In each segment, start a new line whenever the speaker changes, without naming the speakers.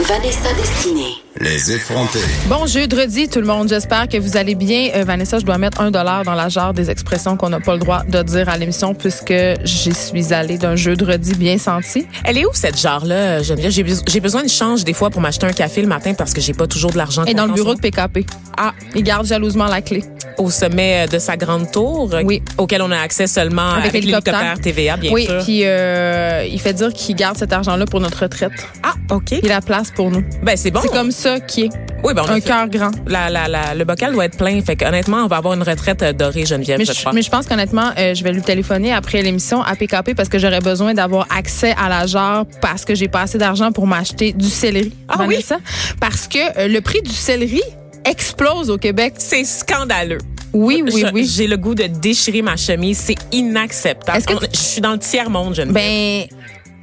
Vanessa Destinée.
Les effrontés.
Bon jeudi tout le monde, j'espère que vous allez bien. Euh, Vanessa, je dois mettre un dollar dans la jarre des expressions qu'on n'a pas le droit de dire à l'émission puisque j'y suis allée d'un jeudi bien senti.
Elle est où cette jarre-là, Geneviève? J'ai, j'ai besoin de change des fois pour m'acheter un café le matin parce que j'ai pas toujours de l'argent.
Et dans le bureau de PKP. Ah, il garde jalousement la clé.
Au sommet euh, de sa grande tour, euh,
oui.
auquel on a accès seulement avec, Ah, avec l'hélicoptère TVA, bien
oui,
sûr.
Oui, puis euh, il fait dire qu'il garde cet argent-là pour notre retraite.
Ah, OK.
Il a place pour nous.
Ben, c'est bon.
C'est comme ça qui est.
Oui, ben on
un cœur grand.
La, la, la, le bocal doit être plein. Fait honnêtement, on va avoir une retraite euh, dorée, Geneviève.
Mais je,
je,
mais je pense qu'honnêtement, euh, je vais lui téléphoner après l'émission à PKP parce que j'aurais besoin d'avoir accès à la jarre parce que j'ai pas assez d'argent pour m'acheter du céleri.
Ah Vanessa?
oui? Parce que euh, le prix du céleri explose au Québec.
C'est scandaleux.
Oui, oui,
je,
oui.
J'ai le goût de déchirer ma chemise. C'est inacceptable.
Est-ce que tu...
Je suis dans le tiers-monde, Geneviève.
Ben,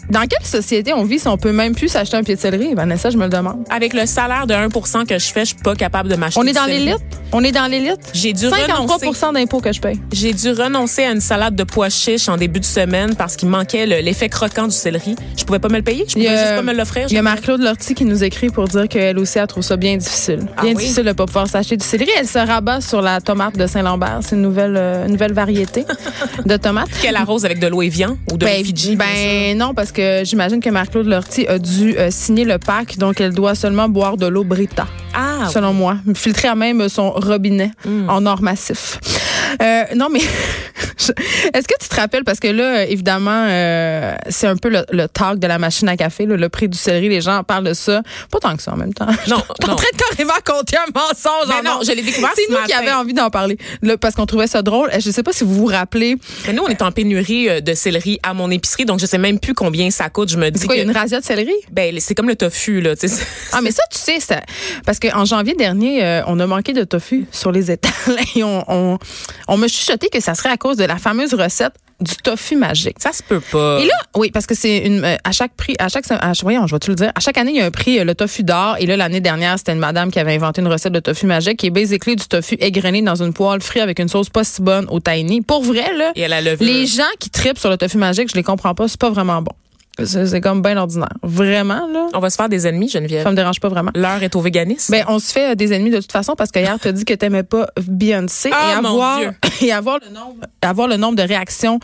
dans quelle société on vit si on peut même plus s'acheter un pied de céleri, Vanessa, je me le demande.
Avec le salaire de 1 que je fais, je suis pas capable de m'acheter.
Ben On est dans
du
l'élite. On est dans l'élite.
J'ai dû
53
renoncer.
d'impôts que je paye.
J'ai dû renoncer à une salade de pois chiches en début de semaine parce qu'il manquait le, l'effet croquant du céleri. Je pouvais pas me le payer. Je pouvais
a,
juste pas me l'offrir.
Il y a Marc-Claude Lortie qui nous écrit pour dire qu'elle aussi, elle trouve ça bien difficile.
Ah
bien
oui?
difficile de pas pouvoir s'acheter du céleri. Elle se rabat sur la tomate de Saint-Lambert. C'est une nouvelle, euh, une nouvelle variété de tomate.
Qu'elle arrose avec de l'eau Evian ou de l'eau Fidji. bien sûr.
Ben non, parce que j'imagine que Marc-Claude Lortie a dû euh, signer le pack, donc elle doit seulement boire de l'eau Brita,
Ah, Hmm.
selon moi. Filtrer à même son robinet en or massif. Euh, non, mais je- est-ce que tu te rappelles, parce que là, euh, évidemment, euh, c'est un peu le, le talk de la machine à café, là, le prix du céleri, les gens parlent de ça. Pas tant que ça en même temps.
Non,
Je suis en
non.
train de carrément compter un mensonge.
Ben
en
non,
ondes.
je l'ai découvert
C'est
ce
nous qui
matin.
avions envie d'en parler, là, parce qu'on trouvait ça drôle. Je sais pas si vous vous rappelez,
Mais nous, on est en pénurie euh, de céleri à mon épicerie, donc je sais même plus combien ça coûte. Je me dis
c'est quoi,
que
une razzia de céleri?
ben, c'est comme le tofu là. tu sais.
Ah, mais ça, tu sais, ça- parce qu'en janvier dernier, euh, on a manqué de tofu sur les étals et on, on, on m'a chuchoté que ça serait à cause de la fameuse recette du tofu magique.
Ça se peut pas.
Et là, oui, parce que c'est une euh, à chaque prix, à chaque se- à, voyons, je vais tu le dire, à chaque année il y a un prix euh, le tofu d'or et là l'année dernière, c'était une madame qui avait inventé une recette de tofu magique qui est basically du tofu égrené dans une poêle frit avec une sauce pas si bonne au tahini. Pour vrai là,
Et elle a levé.
les gens qui tripent sur le tofu magique, je les comprends pas, c'est pas vraiment bon. C'est c'est comme bien ordinaire. Vraiment là,
On va se faire des ennemis, Geneviève.
ça me dérange pas vraiment.
L'heure est au véganisme.
Ben, on se fait euh, des ennemis de toute façon parce que hier, t'as dit que t'aimais pas Beyoncé.
Ah,
et
mon
avoir,
Dieu.
Et avoir le nombre, avoir le nombre de réactions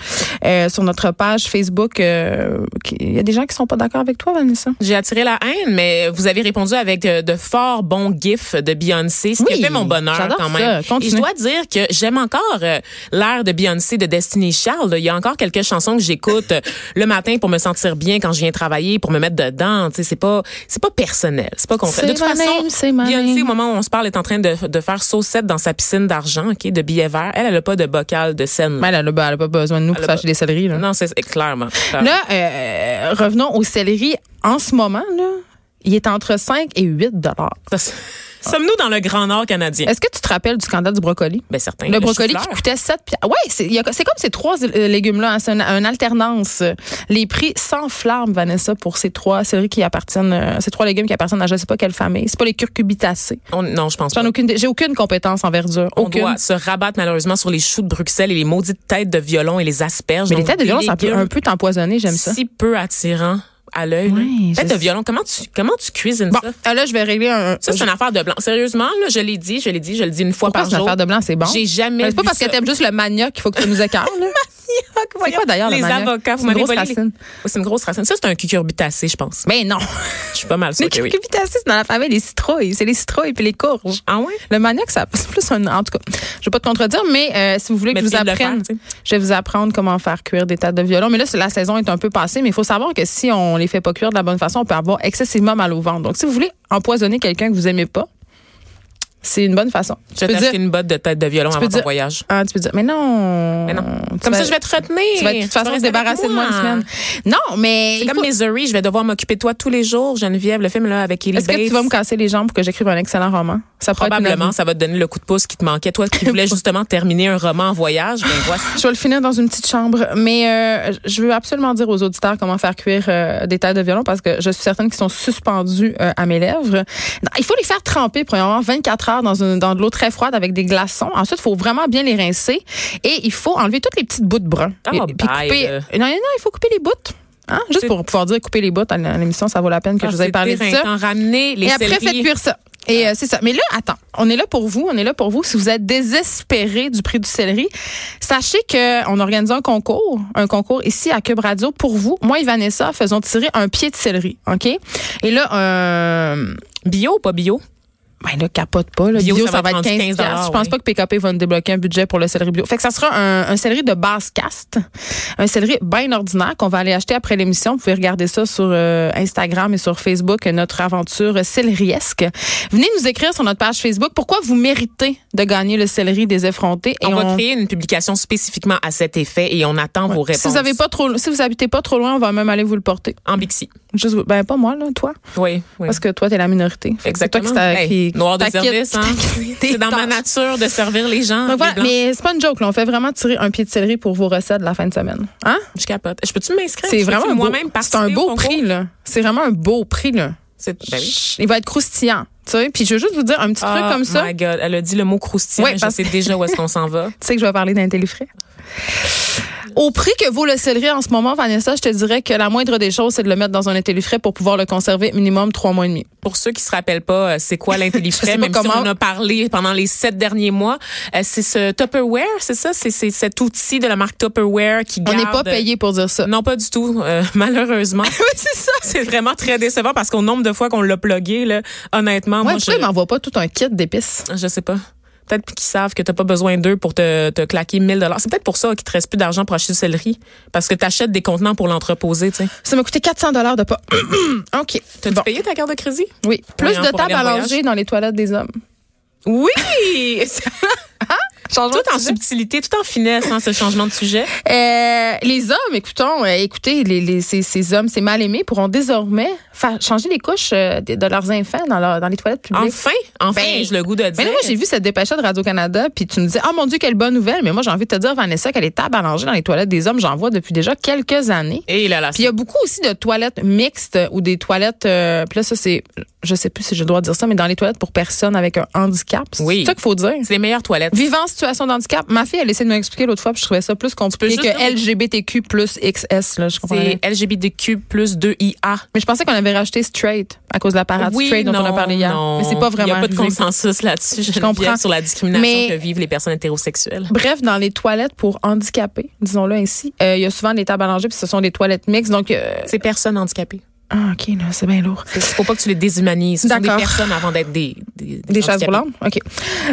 euh, sur notre page Facebook, euh, qui- il y a des gens qui sont pas d'accord avec toi, Vanessa.
J'ai attiré la haine, mais vous avez répondu avec euh, de fort bons gifs de Beyoncé, ce qui
Oui,
a fait mon bonheur
j'adore
quand même.
ça. Continue.
Et je dois dire que j'aime encore euh, l'ère de Beyoncé de Destiny Child. Il y a encore quelques chansons que j'écoute euh, le matin pour me sentir bien quand je viens travailler, pour me mettre dedans. Tu sais, c'est pas, c'est pas personnel, c'est pas concret. De
C'est
toute
ma
façon,
name, c'est ma
Beyoncé au
name.
moment où on se parle est en train de, de faire saucette dans sa piscine d'argent, ok, de billets verts. Elle, elle a pas de bocal de scène.
Mais elle, elle, a pas- elle a pas besoin de nous pour
Elle a
s'acheter des céleris. Là,
Non, c'est c'est- clairement. clairement.
là euh, revenons au céleri. En ce moment, là, il est entre 5 et 8 dollars.
Ça, c'est- Sommes-nous dans le Grand Nord canadien?
Est-ce que tu te rappelles du scandale du brocoli?
Ben certain.
Le, brocoli
chou-fleur.
qui coûtait 7 piastres. Ouais, c'est il y a- c'est comme ces trois euh, légumes-là, hein, c'est une, une alternance. Les prix s'enflamment, Vanessa, pour ces trois céleri qui appartiennent, euh, ces trois légumes qui appartiennent à je sais pas quelle famille. C'est pas les curcubitacées.
On- non, je pense pas.
J'en ai aucune, j'ai aucune compétence en verdure.
On
aucune.
doit se rabattre malheureusement sur les choux de Bruxelles et les maudites têtes de violon et les asperges.
Mais les
Donc,
têtes de
des
violon, ça peut
légumes
un peu t'empoisonner, j'aime ça.
Si peu attirant à l'œil.
Oui,
là. Tête
je
de
sais.
violon, comment tu comment tu cuisines
Bon,
ça?
euh, là, je vais régler un.
Ça, c'est une affaire de blanc. Sérieusement, là, je l'ai dit, je l'ai dit, je le dis une fois
pourquoi
par
c'est une
jour.
affaire de blanc, c'est bon?
J'ai jamais
Mais C'est pas
vu
parce
ça.
que t'aimes juste le manioc qu'il faut que tu nous écartes, là. C'est
Voyons,
quoi d'ailleurs le
Les
manioc?
avocats,
C'est
vous
une
m'avez
grosse
volé. les-
racine.
Oui, c'est une grosse racine. Ça, c'est un cucurbitacé, je pense.
Mais non.
Je suis pas mal
Les
sûre que oui.
curcubitacées, c'est dans la famille des citrouilles. C'est les citrouilles puis les courges.
Ah ouais?
Le manioc, ça c'est plus un. En tout cas, je vais pas te contredire, mais euh, si vous voulez que
Mais
je vous
tu viens de le
apprenne,
faire, tu
je vais vous apprendre comment faire cuire des têtes de violon. Mais là, c'est- la saison est un peu passée, mais il faut savoir que si on les fait pas cuire de la bonne façon, on peut avoir excessivement mal au ventre. Donc, si vous voulez empoisonner quelqu'un que vous aimez pas, c'est une bonne façon.
Je vais t'acheter une botte de tête de violon avant
peux
ton
dire-
voyage.
Ah, tu peux dire, mais non.
Mais non.
Tu
Comme
vas-
ça, je vais te retenir.
Tu vas de toute façon se
rester avec
débarrasser de moi une semaine. Non, mais.
C'est
il
comme
faut-
Misery, je vais devoir m'occuper de toi tous les jours, Geneviève, le film là avec Ellie
Est-ce que tu
Bates.
vas me casser les jambes pour que j'écrive un excellent roman? Ça pourrait être une
Probablement,
avenue.
ça va te donner le coup de pouce qui te manquait. Toi qui voulais justement terminer un roman en voyage, ben voici.
Je vais le finir dans une petite chambre, mais euh, je veux absolument dire aux auditeurs comment faire cuire euh, des têtes de violon parce que je suis certaine qu'ils sont suspendus euh, à mes lèvres. Non, Il faut les faire tremper premièrement 24 heures dans, une, dans de l'eau très froide avec des glaçons. Ensuite, il faut vraiment bien les rincer et il faut enlever toutes les petites bouts de brun.
Ah,
Et- puis
bye,
couper.
là.
Non, non, non, il faut couper les bouts. Hein? Juste
C'est- Ah,
pour pouvoir dire couper les bouts à l'émission, ça vaut la peine que je vous ai parlé de ça.
ramener les
hein. Et après,
céleris.
faites cuire ça. Et euh, c'est ça. Mais là, attends, on est là pour vous, on est là pour vous. Si vous êtes désespéré du prix du céleri, sachez que on organise un concours, un concours ici à Cube Radio pour vous. Moi et Vanessa faisons tirer un pied de céleri, ok Et là, euh,
Bio ou pas bio?
ben là, capote pas. Là. Bio, ça, va être 15
rendu 15
piastres. Je pense
ouais.
pas que PKP va nous débloquer un budget pour le céleri bio. Fait que ça sera un, un céleri de basse caste, un céleri bien ordinaire qu'on va aller acheter après l'émission. Vous pouvez regarder ça sur euh, Instagram et sur Facebook, notre aventure céleriesque. Venez nous écrire sur notre page Facebook pourquoi vous méritez de gagner le céleri des effrontés. Et
on, va
on-
créer une publication spécifiquement à cet effet et on attend vos réponses.
si vous avez pas trop, si vous habitez pas trop loin, on va même aller vous le porter.
En Bixi.
Juste, ben pas moi là, toi,
Oui, oui.
parce que toi t'es la minorité. Fait que c'est toi qui
Exactement.
t'a-
Hey,
qui- qui
noir de
t'acquitte-
service,
qui
hein?
t'acquitte des
C'est dans ma
tâches.
nature de servir les gens. les
Donc voilà,
Blancs.
mais c'est pas une joke. Là. On fait vraiment tirer un pied de céleri pour vos recettes de la fin de semaine. Hein?
Je capote. Je peux-tu m'inscrire?
C'est
Je peux-tu
vraiment un beau,
moi-même
c'est un
participer au
beau
concours?
prix. là. C'est vraiment un beau prix. Là.
C'est- ben oui.
Chut, Il va être croustillant. Tu sais? Puis je veux juste vous dire un petit truc
Oh
comme ça.
my God, elle a dit le mot croustillant.
Ouais,
mais je
parce-
sais déjà où est-ce qu'on s'en va.
Tu sais que je vais parler d'un téléfrais. Au prix que vaut le céleri en ce moment, Vanessa, je te dirais que la moindre des choses, c'est de le mettre dans un intellifrais pour pouvoir le conserver minimum trois mois et demi.
Pour ceux qui se rappellent pas, euh, c'est quoi
Je sais
l'intelligence
pas
Même si
comment.
on en a parlé pendant les sept derniers mois, euh, c'est ce Tupperware, c'est ça, c'est c'est cet outil de la marque Tupperware qui
On
garde.
n'est pas payé pour dire ça.
Non, pas du tout, euh, malheureusement.
c'est ça.
c'est vraiment très décevant parce qu'au nombre de fois qu'on l'a plugué, là, honnêtement,
Moi,
moi,
pourquoi il
je,
m'envoie pas tout un kit d'épices?
je sais pas. Peut-être qu'ils savent que t'as pas besoin d'eux pour te, te claquer 1000 dollars. C'est peut-être pour ça qu'il te reste plus d'argent pour acheter du céleri. Parce que t'achètes des contenants pour l'entreposer, tu sais.
Ça m'a coûté 400 dollars de pas. OK.
T'as
Bon.
payé ta carte de crédit?
Oui. Plus
Oui, hein,
de
pour aller
table
en
à
voyage.
langer dans les toilettes des hommes.
Oui! tout en subtilité, tout en finesse, hein, ce changement de sujet.
Euh, les hommes, écoutons, euh, écoutez, les, les- ces, ces hommes, ces mal-aimés pourront désormais fa- changer les couches euh, de, de leurs enfants dans, leur- dans les toilettes publiques.
Enfin, enfin,
Ben,
j'ai le goût de dire.
Mais là, moi, j'ai vu cette dépêche de Radio-Canada, puis tu me disais, oh mon Dieu, quelle bonne nouvelle. Mais moi, j'ai envie de te dire, Vanessa, qu'elle est à langer dans les toilettes des hommes. J'en vois depuis déjà quelques années.
Et Eh là, là,
Puis il y a beaucoup aussi de toilettes mixtes ou des toilettes. euh, puis là, ça, c'est. Je sais plus si je dois dire ça, mais dans les toilettes pour personnes avec un handicap. C'est
Oui.
ça qu'il faut dire.
c'est les meilleures toilettes.
Vivant en situation de handicap, ma fille, elle essaie de me l'expliquer l'autre fois, puis je trouvais ça plus compliqué
Tu peux juste
que LGBTQ plus XS, là, je comprends.
C'est LGBTQ plus 2IA.
Mais je pensais qu'on avait racheté straight à cause de la parade straight Ah, dont on a parlé hier.
non.
Mais c'est pas
Il
vraiment.
n'y a pas de
arrivé.
consensus là-dessus, je
comprends.
comprends. sur la discrimination
Mais-
que vivent les personnes hétérosexuelles.
Bref, dans les toilettes pour handicapés, disons-le ainsi, euh, il y a souvent des tables à langer, puis ce sont des toilettes mixtes. Donc, euh,
C'est personnes handicapées.
ah, OK, là, c'est bien lourd.
Il faut pas que tu les déshumanises. Ce sont des
D'accord.
personnes avant d'être des Des,
Des
handicapés.
chaises roulantes? OK.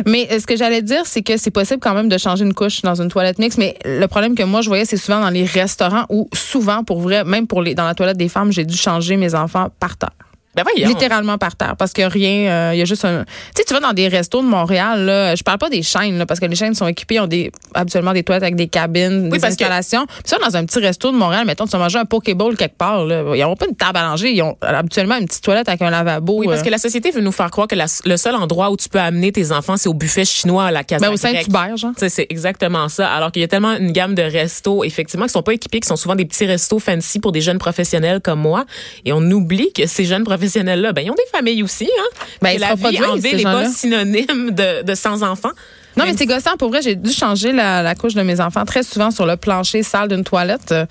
Mais euh, ce que j'allais dire, c'est que c'est possible quand même de changer une couche dans une toilette mixte. Mais le problème que moi, je voyais, c'est souvent dans les restaurants où, souvent, pour vrai, même pour les, dans la toilette des femmes, j'ai dû changer mes enfants par terre.
Ben voyons.
Littéralement par terre. Parce que rien, euh, il y a juste un. Tu sais, tu vas dans des restos de Montréal, là, je parle pas des chaînes, là, parce que les chaînes sont équipées, ont des, habituellement des toilettes avec des cabines, des
parce que-
installations. Puis ça, dans un petit resto de Montréal, mettons, tu vas manger un Pokéball quelque part, là, ils n'ont pas une table à langer, ils ont euh, habituellement une petite toilette avec un lavabo.
Oui, parce
euh.
que la société veut nous faire croire que la- le seul endroit où tu peux amener tes enfants, c'est au buffet chinois à la casa
Ben, au
grecque.
Saint-Hubert, genre.
Tu sais, C'est exactement ça. Alors qu'il y a tellement une gamme de restos, effectivement, qui sont pas équipés, qui sont souvent des petits restos fancy pour des jeunes professionnels comme moi. Et on oublie que ces jeunes professionnels-là, ben, ils ont des familles aussi, hein.
Ben,
Que
ils se
la vie
reproduisent,
en
ces
ville n'est
gens-là.
pas synonyme de, de sans enfants.
Non, mais c'est gossant. Pour vrai, j'ai dû changer la, la couche de mes enfants très souvent sur le plancher sale d'une toilette. Euh,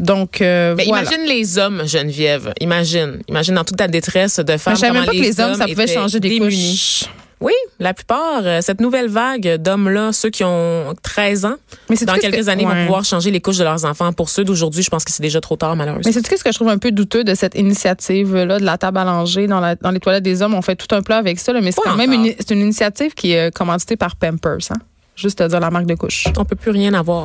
Donc, euh,
Mais
voilà.
Ben, imagine les hommes, Geneviève. Imagine. Imagine dans toute ta détresse de
Mais
faire
je savais même pas que les hommes, ça pouvait changer des
couches.
couches.
Oui, la plupart, euh, cette nouvelle vague d'hommes-là, ceux qui ont 13 ans,
Mais c'est
dans
tout ce que-
quelques années,
ouais.
vont pouvoir changer les couches de leurs enfants. Pour ceux d'aujourd'hui, je pense que c'est déjà trop tard, malheureusement.
Mais c'est tout ce que je trouve un peu douteux de cette initiative là de la table à langer dans, la- dans les toilettes des hommes. On fait tout un plat avec ça, là, mais c'est
Pas
quand même
encore.
une, c'est une initiative qui est commanditée par Pampers, hein? Juste à dire la marque de couche.
On peut plus rien avoir.